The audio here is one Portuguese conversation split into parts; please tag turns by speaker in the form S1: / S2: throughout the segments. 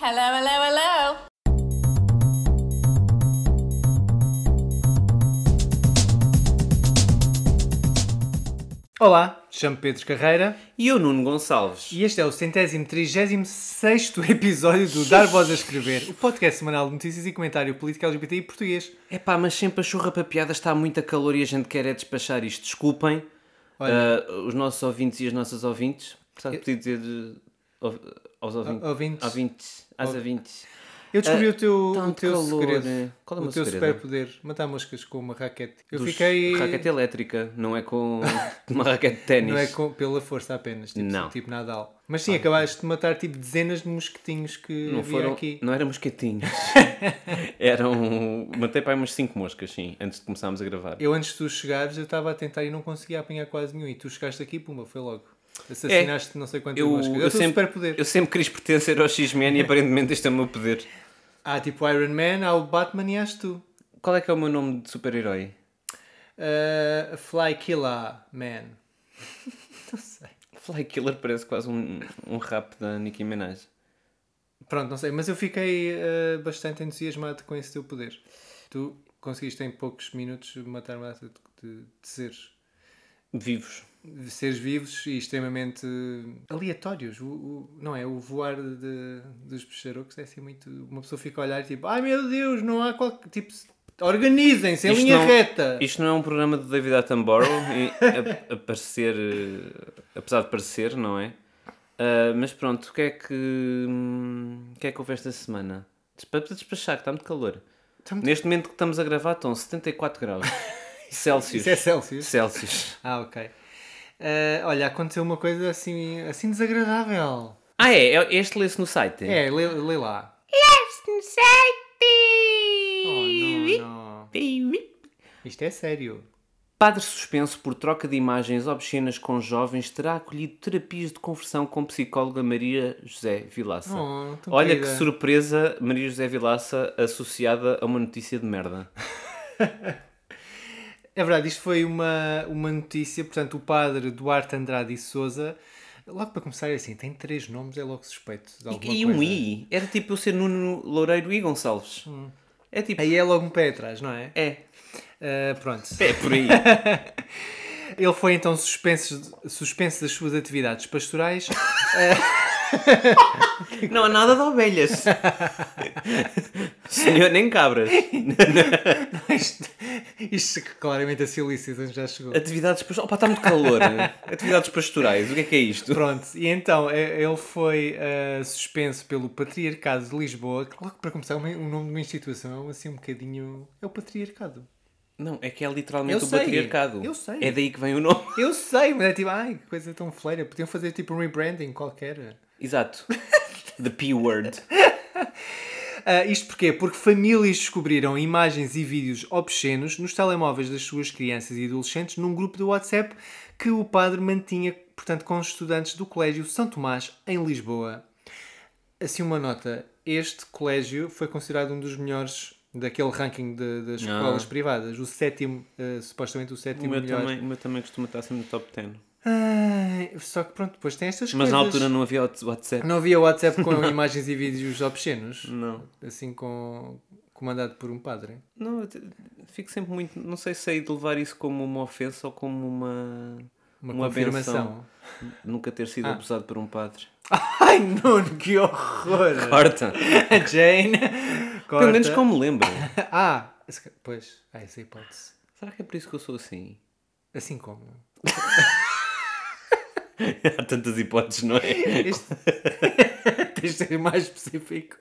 S1: Hello, hello, hello!
S2: Olá, chamo Pedro Carreira
S3: E o Nuno Gonçalves.
S2: e este é o centésimo trigésimo sexto episódio do Dar Voz a Escrever, o podcast semanal de notícias e comentário político LGBTI português.
S3: é, Epá, mas sempre a churra para piadas está a muita calor e a gente quer é despachar isto. Desculpem
S2: Olha.
S3: ah, os nossos ouvintes e as nossas ouvintes. Portanto, podia dizer de- ouv- aos ouvintes.
S2: O- Ah, ouvintes.
S3: Ouvintes. Às
S2: Ouv-
S3: ouvintes.
S2: Eu descobri
S3: Ah,
S2: o teu,
S3: tá
S2: o
S3: um
S2: teu
S3: calor,
S2: segredo,
S3: é. Qual é o
S2: o
S3: meu
S2: teu
S3: segredo?
S2: superpoder, matar moscas com uma raquete. Eu
S3: Dos-
S2: fiquei...
S3: Raquete elétrica, não é com uma raquete de ténis.
S2: Não é com- pela força apenas, tipo,
S3: Não. Ah.
S2: tipo Nadal. Mas sim, acabaste de matar tipo dezenas de mosquitinhos que
S3: Não
S2: havia
S3: foram,
S2: aqui.
S3: não eram mosquetinhos. eram. um- Matei para aí umas 5 moscas, sim, antes de começarmos a gravar.
S2: Eu antes de tu chegares, eu estava a tentar e não conseguia apanhar quase nenhum. E tu chegaste aqui, pumba, foi logo. Assassinaste não sei quantas moscas. É o teu superpoder.
S3: eu sempre quis pertencer ao X-Men e aparentemente este é o meu poder.
S2: Há tipo Iron Man, há o Batman e és tu.
S3: Qual é que é o meu nome de super-herói?
S2: Uh, Fly Killer Man.
S3: Fly Killer parece quase um, um rap da Nicki Minaj.
S2: Pronto, não sei, mas eu fiquei uh, bastante entusiasmado com esse teu poder. Tu conseguiste em poucos minutos matar uma data de, de seres.
S3: Vivos.
S2: de seres vivos e extremamente aleatórios. O, o- não é? O voar de- dos peixarocos é assim muito. Uma pessoa fica a olhar e tipo, ai meu Deus, não há qualquer. Tipo, organizem-se em
S3: Isto
S2: linha
S3: não-
S2: reta.
S3: Isto não é um programa de David Attenborough, e a- a parecer, eh, apesar de parecer, não é? Ah, mas pronto, o que é que, hum, o que é que houve esta semana? Des- Para para despachar, que está muito calor.
S2: Está Tá muito-
S3: Neste momento que estamos a gravar estão 74 graus Celsius.
S2: Isso é Celsius?
S3: Celsius.
S2: Ah, ok. Eh, olha, aconteceu uma coisa assim, assim desagradável.
S3: Ah, é? é- Este lê-se no site?
S2: É, lê, lê lá. Oh, não, não. Isto é sério.
S3: Padre suspenso por troca de imagens obscenas com jovens terá acolhido terapias de conversão com psicóloga Maria José Vilaça.
S2: Oh, tão
S3: Olha
S2: querida.
S3: que surpresa Maria José Vilaça associada a uma notícia de merda.
S2: É verdade, isto foi uma, uma notícia, portanto, o padre Duarte Andrade e Souza, logo para começar é assim, tem três nomes, é logo suspeito de alguma
S3: E, e
S2: coisa.
S3: um I? Era tipo eu ser Nuno Loureiro e Gonçalves. É tipo.
S2: Aí é logo um pé atrás, não é?
S3: É.
S2: Ah, pronto.
S3: É por aí.
S2: Ele foi então suspenso, suspenso das suas atividades pastorais.
S3: Não há nada de ovelhas. Senhor, nem cabras.
S2: isto, isto claramente a Silícia já chegou.
S3: Atividades pastorais. Opa, está muito calor. né? Atividades pastorais. O que é que é isto?
S2: Pronto, e então eh, ele foi eh, suspenso pelo Patriarcado de Lisboa. que Logo para começar, uma- o nome de uma instituição é assim um bocadinho. É o Patriarcado.
S3: Não, é que é literalmente
S2: Eu
S3: o
S2: sei,
S3: patriarcado.
S2: eu sei.
S3: É daí que vem o nome.
S2: Eu sei, mas é tipo, ai, que coisa tão fleira. Podiam fazer tipo um rebranding qualquer.
S3: Exato. The P-word.
S2: Ah, isto porquê? Porque famílias descobriram imagens e vídeos obscenos nos telemóveis das suas crianças e adolescentes num grupo do WhatsApp que o padre mantinha, portanto, com os estudantes do Colégio São Tomás, em Lisboa. Assim, uma nota: este colégio foi considerado um dos melhores daquele ranking de- das
S3: Ah.
S2: escolas privadas, o sétimo, ah, supostamente o
S3: O
S2: sétimo
S3: meu,
S2: melhor.
S3: também, o meu também costuma estar sempre no top 10.
S2: Ai, só que pronto, depois tem estas
S3: Mas
S2: coisas.
S3: na altura não havia o WhatsApp.
S2: Não havia WhatsApp com imagens e vídeos obscenos?
S3: Não.
S2: Assim com comandado por um padre?
S3: Não, eu te- fico sempre muito. Não sei se hei de levar isso como uma ofensa ou como uma. benção.
S2: Uma, confirmação?
S3: Nunca ter sido abusado por um padre.
S2: Ai, Nuno, que horror!
S3: Corta!
S2: A Jane...
S3: Pelo menos
S2: corta.
S3: como lembro.
S2: Ah, esse- pois, ah, essa hipótese.
S3: Será que é por isso que eu sou assim?
S2: Assim como...
S3: Há tantas hipóteses, não é?
S2: Este... Tens de ser mais específico.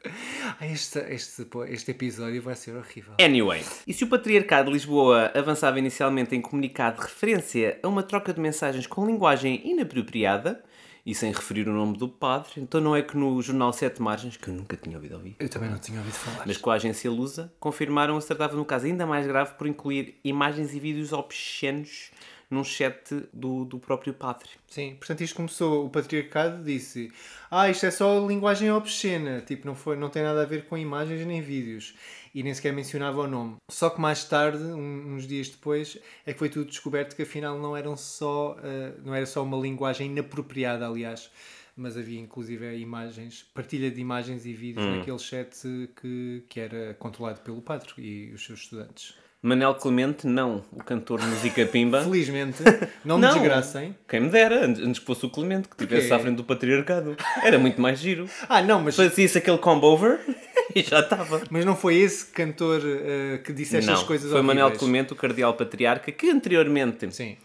S2: Ah, este, este, este episódio vai ser horrível.
S3: Anyway, e se o Patriarcado de Lisboa avançava inicialmente em comunicado de referência a uma troca de mensagens com linguagem inapropriada, e sem referir o nome do padre, então não é que no jornal Sete Margens, que eu nunca tinha ouvido ouvir,
S2: Eu também não tinha ouvido falar.
S3: mas com a agência Lusa, confirmaram que se tratava de um caso ainda mais grave por incluir imagens e vídeos obscenos num chat do, do próprio padre.
S2: Sim, portanto isto começou, o patriarcado disse Ah, isto é só linguagem obscena, tipo, não, foi, não tem nada a ver com imagens nem vídeos e nem sequer mencionava o nome. Só que mais tarde, um- uns dias depois, é que foi tudo descoberto que afinal não eram só, ah, não era só uma linguagem inapropriada, aliás, mas havia inclusive imagens, partilha de imagens e vídeos naquele chat que, que era controlado pelo padre e os seus estudantes.
S3: Manel Clemente, não, o cantor de música pimba.
S2: Felizmente, não me
S3: Não.
S2: desgracem.
S3: Quem me dera, antes antes que fosse o Clemente, que estivesse à frente do patriarcado. Era muito mais giro.
S2: Ah, não, mas
S3: Fazia-se aquele combo over e já estava.
S2: Mas não foi esse cantor eh, que disse estas
S3: Não,
S2: coisas
S3: foi
S2: horríveis.
S3: Manuel Clemente, o cardeal patriarca, que anteriormente
S2: Sim.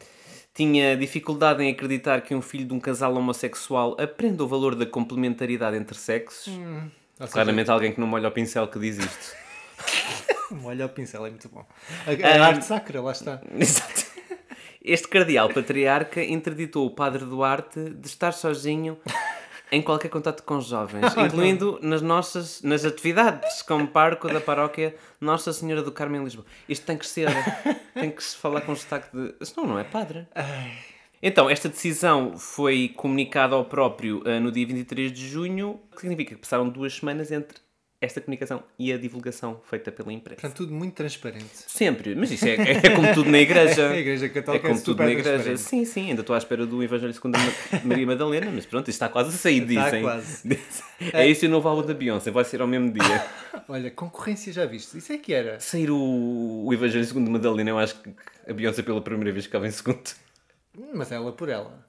S3: tinha dificuldade em acreditar que um filho de um casal homossexual aprenda o valor da complementaridade entre sexos.
S2: Hum, Ou seja,
S3: Claramente alguém que não molha o pincel que diz isto.
S2: Olha o pincel, é muito bom. A, a
S3: Ah,
S2: arte sacra, lá está.
S3: Exato. Este cardeal patriarca interditou o padre Duarte de estar sozinho em qualquer contato com os jovens, incluindo nas nossas nas atividades como parco da paróquia Nossa Senhora do Carmo em Lisboa. Isto tem que ser, tem que se falar com sotaque de. Senão não é padre. Então, esta decisão foi comunicada ao próprio ah, no dia 23 de junho, o que significa que passaram duas semanas entre esta comunicação e a divulgação feita pela imprensa.
S2: Portanto, tudo muito transparente.
S3: Sempre, mas isso é, é como tudo na igreja.
S2: A Igreja
S3: É
S2: Católica é,
S3: como tudo
S2: super
S3: na igreja.
S2: transparente.
S3: Sim, sim, ainda estou à espera do Evangelho segundo a Ma- Maria Madalena, mas pronto, isto está quase a sair,
S2: Está
S3: dizem.
S2: quase.
S3: Dizem. É isso e o novo álbum da Beyoncé, vai ser ao mesmo dia.
S2: Olha, concorrência já viste. Isso é que era.
S3: Sair o, o Evangelho segundo Madalena, eu acho que a Beyoncé pela primeira vez ficava em segundo.
S2: Mas ela por ela.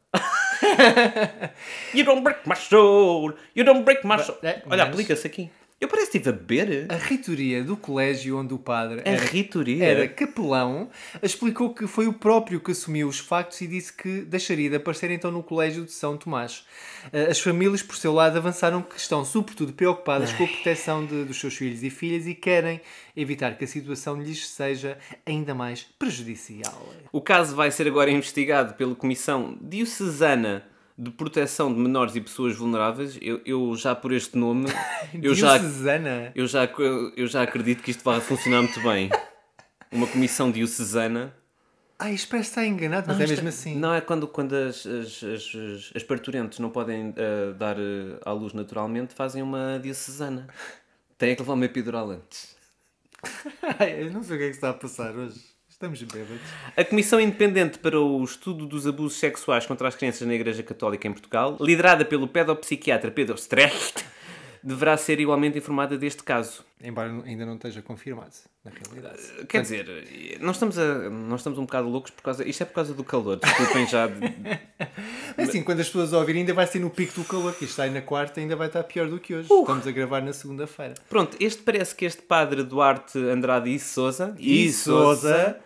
S3: You don't break my soul, you don't break my soul.
S2: é,
S3: Olha,
S2: mas-
S3: aplica-se aqui. Eu parece que estive a beber.
S2: A reitoria do colégio onde o padre
S3: A
S2: era,
S3: ritoria.
S2: era capelão explicou que foi o próprio que assumiu os factos e disse que deixaria de aparecer então no colégio de São Tomás. Eh, As famílias, por seu lado, avançaram que estão sobretudo preocupadas com a proteção de- dos seus filhos e filhas e querem evitar que a situação lhes seja ainda mais prejudicial.
S3: O caso vai ser agora investigado pela Comissão Diocesana de Proteção de Menores e Pessoas Vulneráveis. Eu, eu já por este nome, eu já,
S2: Diocesana.
S3: eu, já, eu já acredito que isto vai funcionar muito bem. Uma comissão diocesana.
S2: Ai, espero estar enganado, mas é
S3: Isto-
S2: mesmo assim.
S3: Não, é quando, quando as, as, as, as- as parturentes não podem ah, dar ah, à luz naturalmente, fazem uma diocesana. Tem que levar uma epidural antes.
S2: Ai, eu não sei o que é que está a passar hoje. Estamos bêbados.
S3: A Comissão Independente para o Estudo dos Abusos Sexuais contra as Crianças na Igreja Católica em Portugal, liderada pelo pedopsiquiatra Pedro Strecht, deverá ser igualmente informada deste caso.
S2: Embora ainda não esteja confirmado, na realidade.
S3: Quer dizer, nós estamos, a- nós estamos um bocado loucos por causa. Isto é por causa do calor, desculpem já. de-
S2: É assim, quando as pessoas ouvirem, ainda vai ser no pico do calor, que isto sai na quarta, ainda vai estar pior do que
S3: Uh.
S2: hoje. Estamos a gravar na segunda-feira.
S3: Pronto, este parece que este padre Duarte Andrade e Souza.
S2: E Sousa.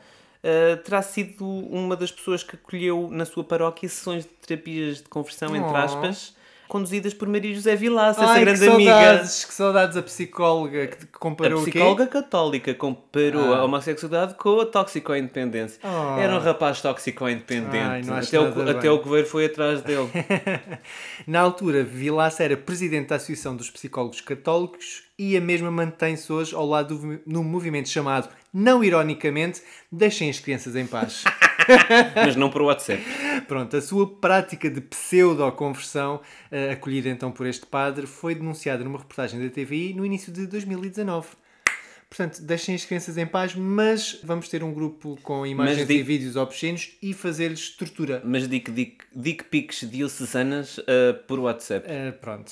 S3: eh, terá sido uma das pessoas que acolheu na sua paróquia sessões de terapias de conversão, entre
S2: Oh.
S3: aspas, conduzidas por Maria José Vilaça, essa é
S2: Ai,
S3: grande
S2: que
S3: amiga.
S2: saudades, que saudades a psicóloga que
S3: A
S2: comparou
S3: psicóloga católica
S2: Ah.
S3: comparou a homossexualidade com a toxicoindependência.
S2: Oh.
S3: Era um rapaz toxicoindependente.
S2: Ai, não acho
S3: até, o,
S2: nada bem.
S3: até o governo foi atrás dele.
S2: o quê? Na altura, Vilaça era presidente da Associação dos Psicólogos Católicos e a mesma mantém-se hoje ao lado do num movimento chamado, não ironicamente, Deixem as Crianças em Paz.
S3: Mas não para o WhatsApp.
S2: Pronto, a sua prática de pseudo-conversão, eh, acolhida então por este padre, foi denunciada numa reportagem da TVI no início de 2019. Portanto, deixem as crianças em paz, mas vamos ter um grupo com imagens
S3: Mas di-
S2: e vídeos obscenos e fazer-lhes tortura.
S3: Mas dick, dick, dick pics diocesanas ah, por WhatsApp.
S2: Eh, pronto.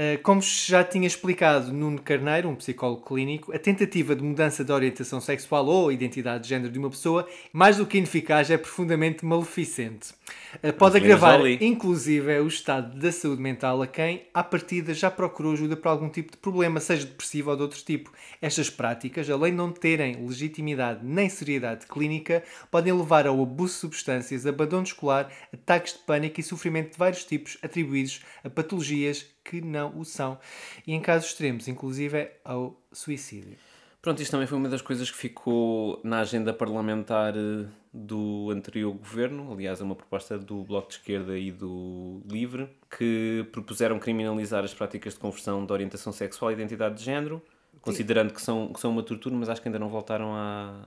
S2: Eh, como já tinha explicado Nuno Carneiro, um psicólogo clínico, a tentativa de mudança de orientação sexual ou identidade de género de uma pessoa, mais do que ineficaz, é profundamente maleficente. Eh, pode
S3: Angelina
S2: agravar,
S3: Jolie.
S2: inclusive, é o estado da saúde mental a quem, à partida, já procurou ajuda para algum tipo de problema, seja depressivo ou de outro tipo. Estas práticas, além de não terem legitimidade nem seriedade clínica, podem levar ao abuso de substâncias, abandono escolar, ataques de pânico e sofrimento de vários tipos atribuídos a patologias que não o são. E em casos extremos, inclusive, é ao suicídio.
S3: Pronto, isto também foi uma das coisas que ficou na agenda parlamentar eh, do anterior governo, aliás, é uma proposta do Bloco de Esquerda e do Livre, que propuseram criminalizar as práticas de conversão de orientação sexual e identidade de género, considerando que são, que são uma tortura, mas acho que ainda não voltaram à,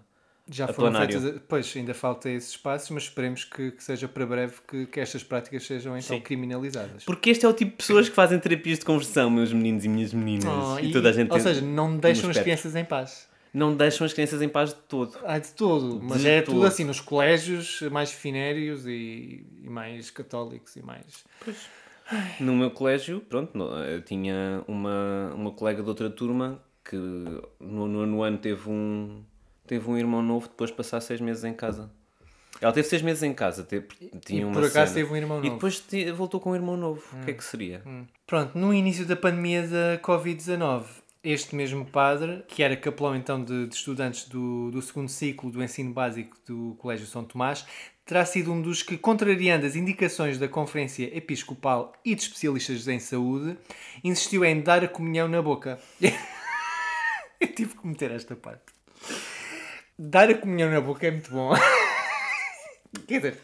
S2: Já
S3: A
S2: foram
S3: planário.
S2: feitas. Pois, ainda falta esses passos, mas esperemos que, que seja para breve que, que estas práticas sejam então
S3: Sim.
S2: criminalizadas.
S3: Porque este é o tipo de pessoas que fazem terapias de conversão, meus meninos e minhas meninas.
S2: Oh,
S3: É e, toda a gente
S2: Ou
S3: tem- um
S2: seja, não deixam
S3: nos pés.
S2: as crianças em paz.
S3: não deixam as crianças em paz de todo.
S2: Há de todo, mas
S3: De
S2: é
S3: todo.
S2: tudo assim, nos colégios mais finérios e, e mais católicos e mais.
S3: No meu colégio, pronto, no- eu tinha uma, uma colega de outra turma que no nono ano teve um, teve um irmão novo depois de passar seis meses em casa. Ela teve seis meses em casa, teve, tinha
S2: e
S3: uma
S2: por acaso
S3: cena.
S2: teve um irmão
S3: E
S2: novo. Hum.
S3: depois te- voltou com um irmão novo. O que é que seria?
S2: Pronto, no início da pandemia da Covid-19, este mesmo padre, que era capelão então de, de estudantes do, do segundo ciclo do ensino básico do Colégio São Tomás, terá sido um dos que, contrariando as indicações da Conferência Episcopal e de Especialistas em Saúde, insistiu em dar a comunhão na boca. Eu tive que meter esta parte. Dar a comunhão na boca é muito bom. Quer dizer,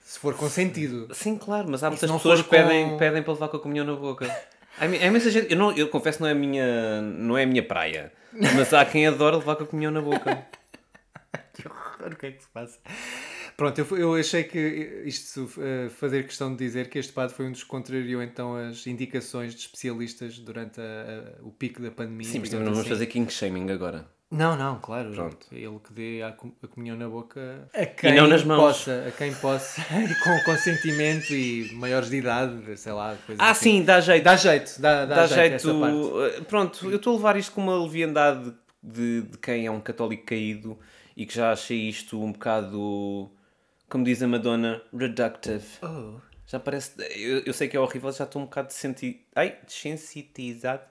S2: se for com sentido.
S3: Sim, claro, mas há muitas
S2: não
S3: pessoas
S2: for
S3: que pedem,
S2: com-
S3: pedem para levar com a comunhão na boca. Há im- há imensa gente, eu, não, eu confesso não é a minha, não é a minha praia, mas há quem adora levar com a comunhão na boca.
S2: Que horror, o que é que se passa? Pronto, eu, eu achei que isto eh, fazer questão de dizer que este padre foi um dos que contrariou então as indicações de especialistas durante a- a- o pico da pandemia.
S3: Sim, mas também
S2: digamos
S3: não vamos
S2: assim.
S3: fazer king shaming agora.
S2: Não, não, claro.
S3: Pronto.
S2: Ele que dê a, com- a comunhão na boca a quem
S3: não nas mãos.
S2: possa, a quem possa, e com consentimento e maiores de idade, sei lá. coisas
S3: Ah,
S2: assim.
S3: sim, dá jeito.
S2: Dá jeito, dá, dá,
S3: dá
S2: jeito,
S3: jeito.
S2: essa parte.
S3: eh, Pronto, eu estou a levar isto com uma leviandade de, de quem é um católico caído e que já achei isto um bocado, como diz a Madonna, reductive.
S2: Oh.
S3: Já parece. Eu, eu sei que é horrível, já estou um bocado desenti- ai, desensitizado.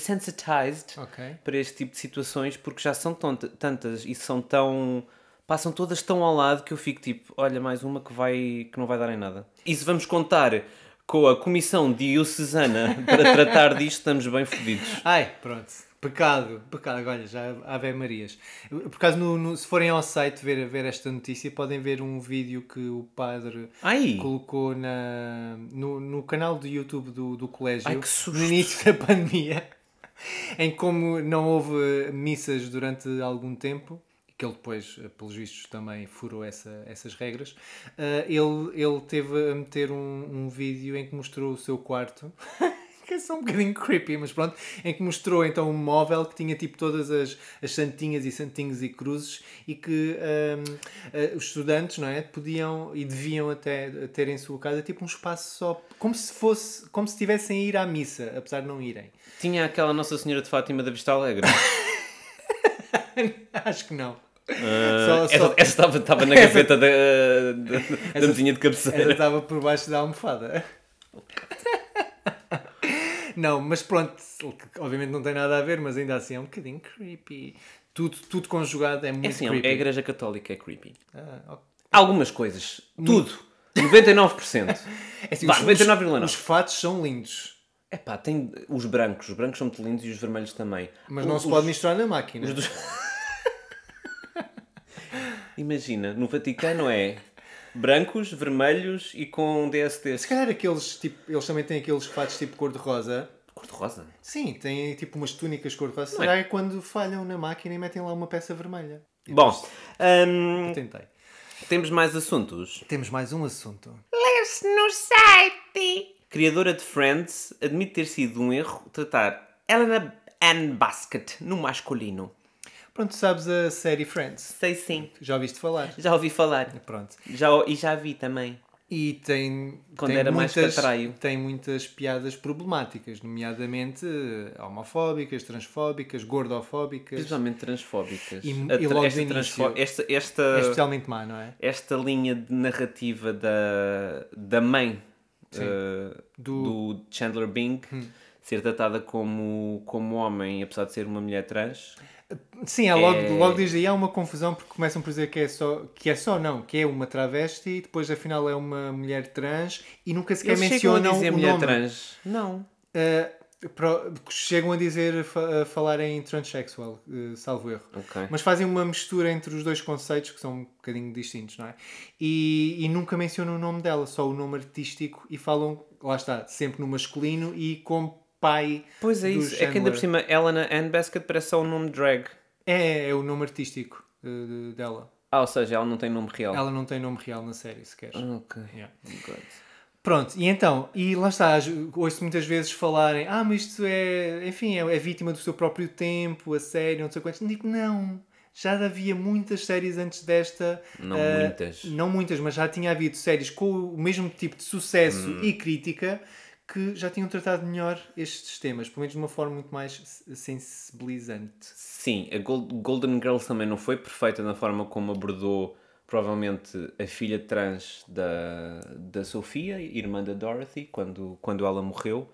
S3: Desensitized
S2: Ok.
S3: para este tipo de situações porque já são tonta- tantas e são tão. passam todas tão ao lado que eu fico tipo, olha, mais uma que vai que não vai dar em nada. E se vamos contar com a comissão diocesana para tratar disto, estamos bem fodidos.
S2: Ai, pronto. Pecado, pecado. Olha, já Ave Marias. Por acaso, no, no- se forem ao site ver, ver esta notícia, podem ver um vídeo que o padre
S3: Ai!
S2: colocou na, no, no canal do YouTube do, do colégio
S3: Ai, que susto.
S2: no início da pandemia, em como não houve missas durante algum tempo. Que ele depois, eh, pelos vistos, também furou essa, essas regras. ah, ele, ele teve a meter um, um vídeo em que mostrou o seu quarto, que é só um bocadinho creepy, mas pronto, em que mostrou então um móvel que tinha tipo todas as, as santinhas e santinhos e cruzes e que ahm, ah, os estudantes, não é, podiam e deviam até ter em sua casa tipo um espaço só, como se fosse, como se tivessem a ir à missa, apesar de não irem.
S3: Tinha aquela Nossa Senhora de Fátima da Vista Alegre.
S2: Acho que não.
S3: Ah,
S2: só,
S3: essa
S2: só-
S3: essa estava estava na gaveta da, da, da mesinha de
S2: Ela
S3: cabeceira.
S2: estava por baixo da almofada. Não, mas pronto, obviamente não tem nada a ver, mas ainda assim é um bocadinho creepy. Tudo, tudo conjugado é muito
S3: É assim, é
S2: creepy.
S3: a Igreja Católica é creepy.
S2: Ah, ok.
S3: Algumas coisas. Tudo. 99%.
S2: É assim,
S3: Vá,
S2: os-
S3: 99,9.
S2: Os, os fatos são lindos,
S3: É pá, tem os brancos. Os brancos são muito lindos e os vermelhos também.
S2: mas
S3: O-
S2: não se
S3: os-
S2: pode misturar na máquina.
S3: os dos- Imagina, no Vaticano é brancos, vermelhos e com
S2: Se
S3: DSTs.
S2: calhar aqueles, tipo, eles também têm aqueles fatos tipo cor-de-rosa.
S3: Cor-de-rosa?
S2: Sim, têm tipo umas túnicas cor-de-rosa.
S3: Não é?
S2: Será que quando falham na máquina e metem lá uma peça vermelha? E
S3: Bom,
S2: depois-
S3: hum,
S2: Tentei.
S3: temos mais assuntos.
S2: Temos mais um assunto.
S3: Criadora de Friends admite ter sido um erro tratar Helena Ann Basket no masculino.
S2: Pronto, sabes a série Friends?
S3: Sei sim,
S2: Já ouviste falar?
S3: já ouvi falar.
S2: Pronto.
S3: Já, e já vi também.
S2: E tem.
S3: Quando
S2: tem
S3: era mais
S2: muitas-
S3: catraio.
S2: Tem muitas piadas problemáticas, nomeadamente eh, homofóbicas, transfóbicas, gordofóbicas.
S3: Principalmente transfóbicas.
S2: E-
S3: A
S2: e logo
S3: esta,
S2: de início.
S3: transfó- esta, esta,
S2: É especialmente má, não é?
S3: esta linha de narrativa da, da mãe eh, do...
S2: Do- Hum.
S3: Chandler Bing ser tratada como, como homem, apesar de ser uma mulher trans.
S2: Sim, há logo,
S3: É.
S2: logo desde aí há uma confusão porque começam por dizer que é só, que é só não, que é uma travesti e depois afinal é uma mulher trans e nunca sequer
S3: Eles chegam a
S2: mencionam
S3: dizer
S2: o
S3: mulher
S2: nome. é?
S3: trans. Não.
S2: Ah, pro- chegam a dizer, fa- a falar em transsexual, eh, salvo erro.
S3: Ok.
S2: Mas fazem uma mistura entre os dois conceitos que são um bocadinho distintos, não é? E, e nunca mencionam o nome dela, só o nome artístico e falam, lá está, sempre no masculino e como pai
S3: Pois é
S2: do
S3: isso. É que ainda
S2: Chandler.
S3: por cima Helena Ann Basket parece só um nome drag.
S2: É, é o nome artístico. de- de- dela.
S3: Ah, ou seja, ela não tem nome real.
S2: Ela não tem nome real na série sequer.
S3: Ah, Ok.
S2: Yeah.
S3: God.
S2: Pronto, e então, e lá está, as- ouço muitas vezes falarem, ah, mas isto é, enfim, é, é vítima do seu próprio tempo, a série, não sei quantos. Digo, não, já havia muitas séries antes desta.
S3: Não
S2: ah,
S3: muitas.
S2: Não muitas, mas já tinha havido séries com o mesmo tipo de sucesso
S3: Hum.
S2: e crítica que já tinham tratado melhor estes temas, pelo menos de uma forma muito mais se- sensibilizante.
S3: Sim, a Gol- Golden Girls também não foi perfeita na forma como abordou provavelmente a filha trans da, da Sofia, irmã da Dorothy, quando, quando ela morreu,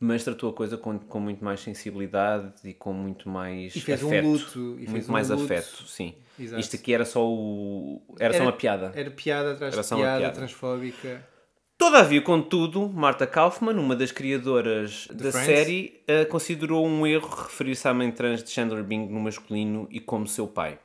S3: mas tratou a coisa com, com muito mais sensibilidade e com muito mais
S2: E fez um
S3: afeto.
S2: luto, e fez
S3: muito
S2: um
S3: mais
S2: luto.
S3: afeto, sim.
S2: Exato.
S3: Isto aqui era só o. Era, só uma piada.
S2: Era piada atrás
S3: Era
S2: de
S3: só uma
S2: piada,
S3: piada.
S2: transfóbica.
S3: Todavia, contudo, Marta Kaufman, uma das criadoras da
S2: Friends?
S3: série, eh, considerou um erro referir-se à mãe trans de Chandler Bing no masculino e como seu pai.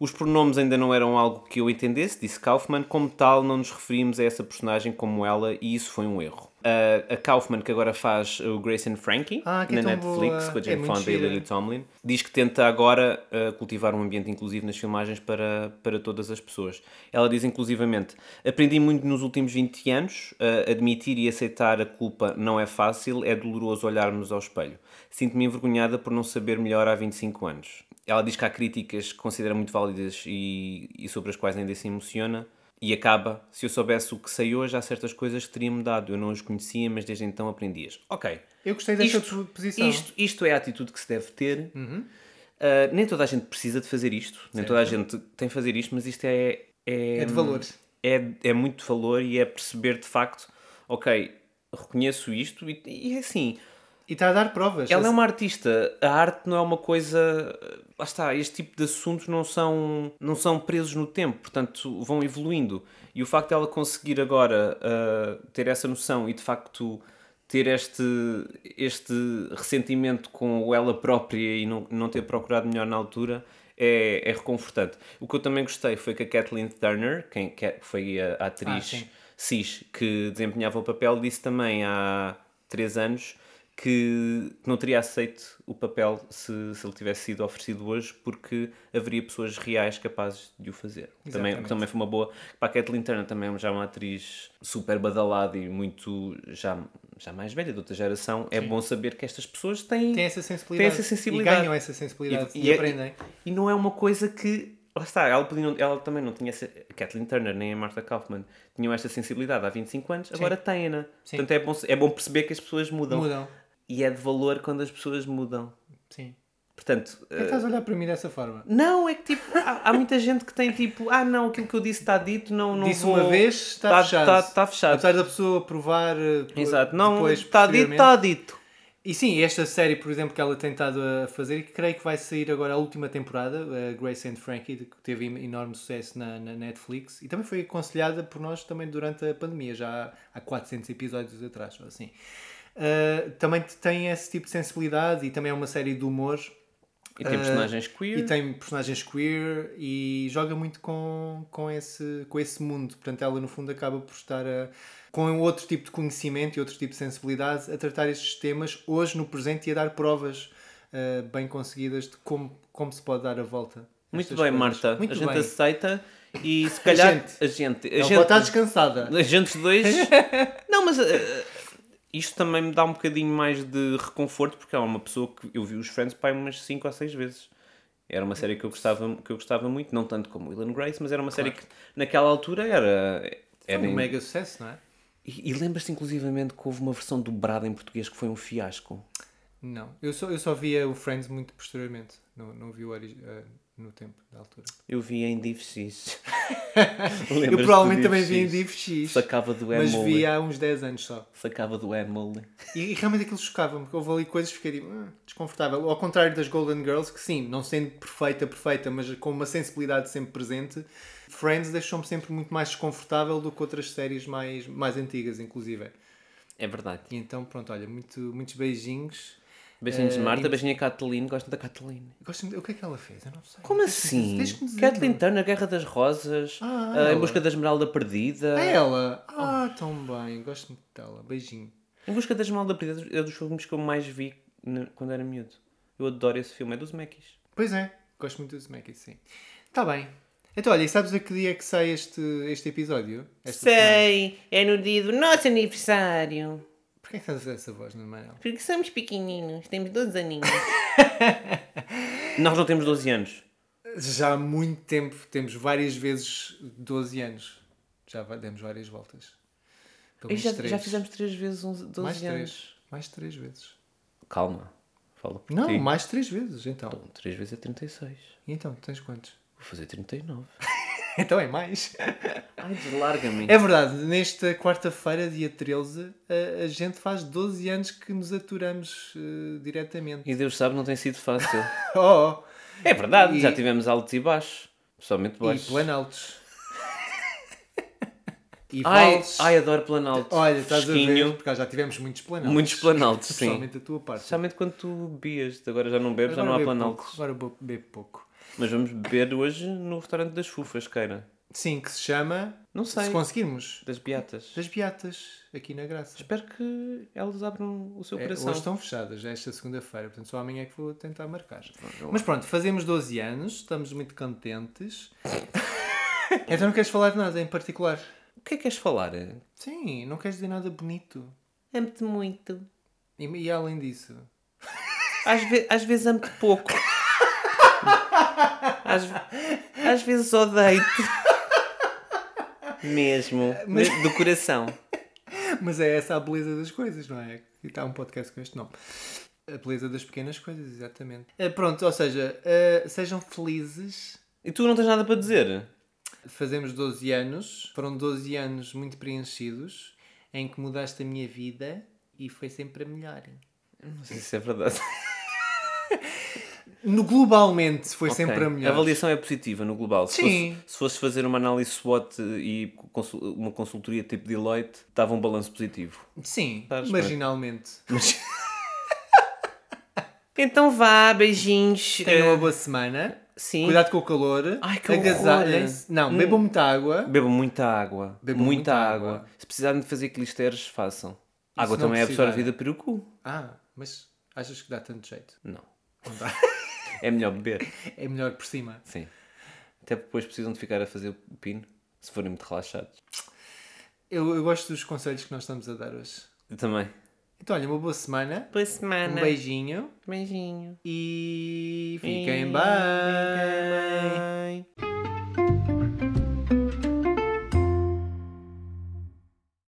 S3: Os pronomes ainda não eram algo que eu entendesse, disse Kaufman, como tal, não nos referimos a essa personagem como ela e isso foi um erro. A- a Kaufman, que agora faz o Grace and Frankie
S2: Ah, que
S3: na
S2: é tão
S3: Netflix,
S2: boa.
S3: com a
S2: É
S3: Jane
S2: muito
S3: Fonda e a
S2: gira.
S3: Lily Tomlin, diz que tenta agora uh, cultivar um ambiente inclusivo nas filmagens para, para todas as pessoas. Ela diz inclusivamente: Aprendi muito nos últimos 20 anos, uh, admitir e aceitar a culpa não é fácil, é doloroso olharmos ao espelho. Sinto-me envergonhada por não saber melhor há 25 anos. Ela diz que há críticas que considera muito válidas e, e sobre as quais ainda se emociona. E acaba, se eu soubesse o que sei hoje, há certas coisas que teria mudado. Eu não as conhecia, mas desde então aprendias. Ok.
S2: Eu gostei desta tua posição.
S3: Isto, isto é a atitude que se deve ter. Uh, nem toda a gente precisa de fazer isto. Nem toda a gente tem de fazer isto, mas isto é...
S2: É de valores.
S3: É, é muito de valor e é perceber, de facto, ok, reconheço isto e, e é assim...
S2: E está a dar provas.
S3: Ela é uma artista. A arte não é uma coisa. Lá está, este tipo de assuntos não são, não são presos no tempo, portanto vão evoluindo. E o facto dela conseguir agora ah, ter essa noção e de facto ter este, este ressentimento com ela própria e não, não ter procurado melhor na altura é, é reconfortante. O que eu também gostei foi que a Kathleen Turner, quem que é- foi a
S2: Ah,
S3: atriz
S2: sim.
S3: cis que desempenhava o papel disse também há três anos que não teria aceito o papel se, se ele tivesse sido oferecido hoje porque haveria pessoas reais capazes de o fazer. Também,
S2: Exatamente.
S3: também foi uma boa. Para a Kathleen Turner também é já uma atriz super badalada e muito já, já mais velha, de outra geração. É bom saber que estas pessoas têm,
S2: têm essa sensibilidade.
S3: têm essa sensibilidade.
S2: E ganham essa sensibilidade. E,
S3: é-
S2: aprendem.
S3: e não é uma coisa que. Lá está, ela, podia não- ela também não tinha. essa- A Kathleen Turner nem a Martha Kaufman tinham esta sensibilidade há 25 anos, agora têm-na.
S2: Sim.
S3: Portanto, é bom, é bom perceber que as pessoas mudam.
S2: Mudam.
S3: E é de valor quando as pessoas mudam.
S2: Sim.
S3: Portanto.
S2: Por que
S3: eh,
S2: estás a olhar para mim dessa forma?
S3: Não, é que tipo. Há, há muita gente que tem tipo. Ah, não, aquilo que eu disse está dito, não. não
S2: Disse
S3: vou-
S2: uma vez, está
S3: tá-
S2: fechado.
S3: tá- tá fechado.
S2: Apesar da pessoa provar. eh, por-
S3: Exato, não.
S2: depois,
S3: Está dito, tá-
S2: posteriormente.
S3: está dito.
S2: E sim, esta série, por exemplo, que ela tem estado a fazer, e que creio que vai sair agora a última temporada, a Grace and Frankie, de- que teve em- enorme sucesso na, na Netflix, e também foi aconselhada por nós também durante a pandemia, já há- há 400 episódios atrás, ou assim. Ah, também tem esse tipo de sensibilidade e também é uma série de humor
S3: E tem
S2: Ah,
S3: personagens queer.
S2: e tem personagens queer e joga muito com, com, esse, com esse mundo. Portanto, ela no fundo acaba por estar a, com outro tipo de conhecimento e outro tipo de sensibilidade a tratar estes temas hoje no presente e a dar provas ah, bem conseguidas de como, como se pode dar a volta. a
S3: Muito
S2: estas
S3: bem,
S2: coisas.
S3: Marta.
S2: Muito
S3: a gente
S2: bem.
S3: aceita e se calhar.
S2: gente.
S3: A gente. A
S2: Ela
S3: gente-
S2: pode estar descansada.
S3: Agentes 2. não, mas eh, isto também me dá um bocadinho mais de reconforto, porque é uma pessoa que eu vi os Friends pai umas 5 ou 6 vezes. Era uma série que eu gostava, que eu gostava muito, não tanto como Will and Grace, mas era uma série que naquela altura era.
S2: É
S3: era
S2: um
S3: em-
S2: mega sucesso, não é?
S3: E, e lembras-te inclusivamente que houve uma versão dobrada em português que foi um fiasco?
S2: Não. Eu só, eu só via o Friends muito posteriormente. Não, não vi o ori- ah, no tempo, da altura.
S3: Eu vi em DivX.
S2: Eu provavelmente também vi em Div X.
S3: Sacava do
S2: Mas
S3: Emily.
S2: vi há uns 10 anos só.
S3: Sacava do Emily.
S2: E, e realmente aquilo chocava-me, porque houve ali coisas que fiquei tipo, "Ah, desconfortável. Ao contrário das Golden Girls, que sim, não sendo perfeita, perfeita, mas com uma sensibilidade sempre presente, Friends deixou-me sempre muito mais desconfortável do que outras séries mais, mais antigas, inclusive.
S3: É verdade.
S2: E então, pronto, olha, muito, muitos beijinhos.
S3: Beijinhos de
S2: Eh,
S3: Marta, beijinho a Catalina, gosto da Catalina.
S2: Gosto muito- O que é que ela fez? Eu não sei.
S3: Como
S2: Deixa-me
S3: assim?
S2: dizer- deixa-me dizer.
S3: Kathleen Turner, Guerra das Rosas,
S2: Ah,
S3: ah, Em
S2: ela.
S3: Busca da Esmeralda Perdida.
S2: É ela!
S3: Oh.
S2: Ah, tão bem, gosto muito dela. Beijinho.
S3: Em Busca da Esmeralda Perdida é dos filmes que eu mais vi na- quando era miúdo. Eu adoro esse filme, é dos Zemeckis.
S2: Pois é, gosto muito do Zemeckis, sim. Está bem. Então, olha, e sabes a que dia é que sai este, este episódio? Esta semana?
S4: Sei, é no dia do nosso aniversário.
S2: Porquê é que estás a essa voz, Nuno Manuel?
S4: Porque somos pequeninos, temos 12 aninhos.
S3: Nós não temos 12 anos.
S2: Já há muito tempo, temos várias vezes 12 anos. Já va- demos várias voltas. Pelo
S3: E
S2: menos
S3: já,
S2: três.
S3: já fizemos 3 vezes onze- 12
S2: mais
S3: anos.
S2: três. Mais três vezes.
S3: Calma. Fala por
S2: Não,
S3: ti.
S2: mais três vezes, então.
S3: 3 vezes é 36.
S2: E então, tens quantos?
S3: Vou fazer 39.
S2: Então é mais.
S3: Ai, deslarga-me.
S2: É verdade, nesta quarta-feira, dia 13, a, a gente faz 12 anos que nos aturamos eh, diretamente.
S3: E Deus sabe, não tem sido fácil.
S2: Oh,
S3: É verdade,
S2: E-
S3: já tivemos altos e baixos. Pessoalmente
S2: oh. e
S3: baixos.
S2: planaltos. E
S3: Ai,
S2: vales.
S3: ai, adoro planalto.
S2: Olha, estás a ver,
S3: Fresquinho.
S2: porque já tivemos muitos planaltos.
S3: Muitos planaltos, sim.
S2: Especialmente a tua parte.
S3: Especialmente quando tu bebias. Agora já não bebes, já
S2: Agora
S3: não há
S2: bebo
S3: planaltos.
S2: pouco, Agora bo- bebo pouco.
S3: Mas vamos beber hoje no restaurante das fufas, queira.
S2: Sim, que se chama,
S3: Não sei.
S2: se conseguirmos,
S3: Das beatas.
S2: das Beatas, aqui na Graça.
S3: Espero que elas abram o seu
S2: É,
S3: coração.
S2: hoje estão fechadas, é esta segunda-feira, portanto só amanhã é que vou tentar marcar.
S3: Ah,
S2: Mas pronto, fazemos 12 anos, estamos muito contentes. então não queres falar de nada em particular?
S3: O que é que queres falar?
S2: Sim, não queres dizer nada bonito.
S4: Amo-te muito.
S2: E, e além disso,
S3: Às, ve- às vezes amo-te pouco. às, às vezes odeio-te. Mesmo. Me- Do coração.
S2: mas é essa a beleza das coisas, não é? E está um podcast com este nome. A beleza das pequenas coisas, exatamente. Eh, Pronto, ou seja, eh, sejam felizes.
S3: E tu não tens nada para dizer?
S2: Fazemos 12 anos, foram 12 anos muito preenchidos em que mudaste a minha vida e foi sempre a melhor.
S3: Não sei se isso é verdade.
S2: No, globalmente foi
S3: Ok.
S2: sempre a melhor.
S3: avaliação é positiva no global. Se
S2: Sim.
S3: Fosse, se fosse fazer uma análise SWOT e consul- uma consultoria tipo Deloitte, dava um balanço positivo.
S2: Sim,
S3: Estás
S2: marginalmente.
S4: Então vá, beijinhos.
S2: Tenham
S4: Eh,
S2: uma boa semana.
S4: Sim.
S2: Cuidado com o calor.
S3: Ai, que né? Hum.
S2: Agasalhem-se.
S3: horror.
S2: Não, bebam muita água.
S3: Bebam muita água.
S2: Bebam
S3: muita
S2: muita
S3: água.
S2: água.
S3: Se precisarem de fazer clisteres, façam. A água
S2: não
S3: também é
S2: precisar.
S3: absorvida pelo cu.
S2: Ah, mas achas que dá tanto jeito?
S3: Não.
S2: Não dá.
S3: É melhor beber.
S2: É melhor por cima.
S3: Sim. Até depois precisam de ficar a fazer o pino, se forem muito relaxados.
S2: Eu, eu gosto dos conselhos que nós estamos a dar hoje.
S3: Eu também.
S2: Então, olha, uma boa semana.
S4: Boa
S2: Um
S4: semana.
S2: beijinho
S4: Beijinho.
S2: e fiquem bem.
S4: Bye.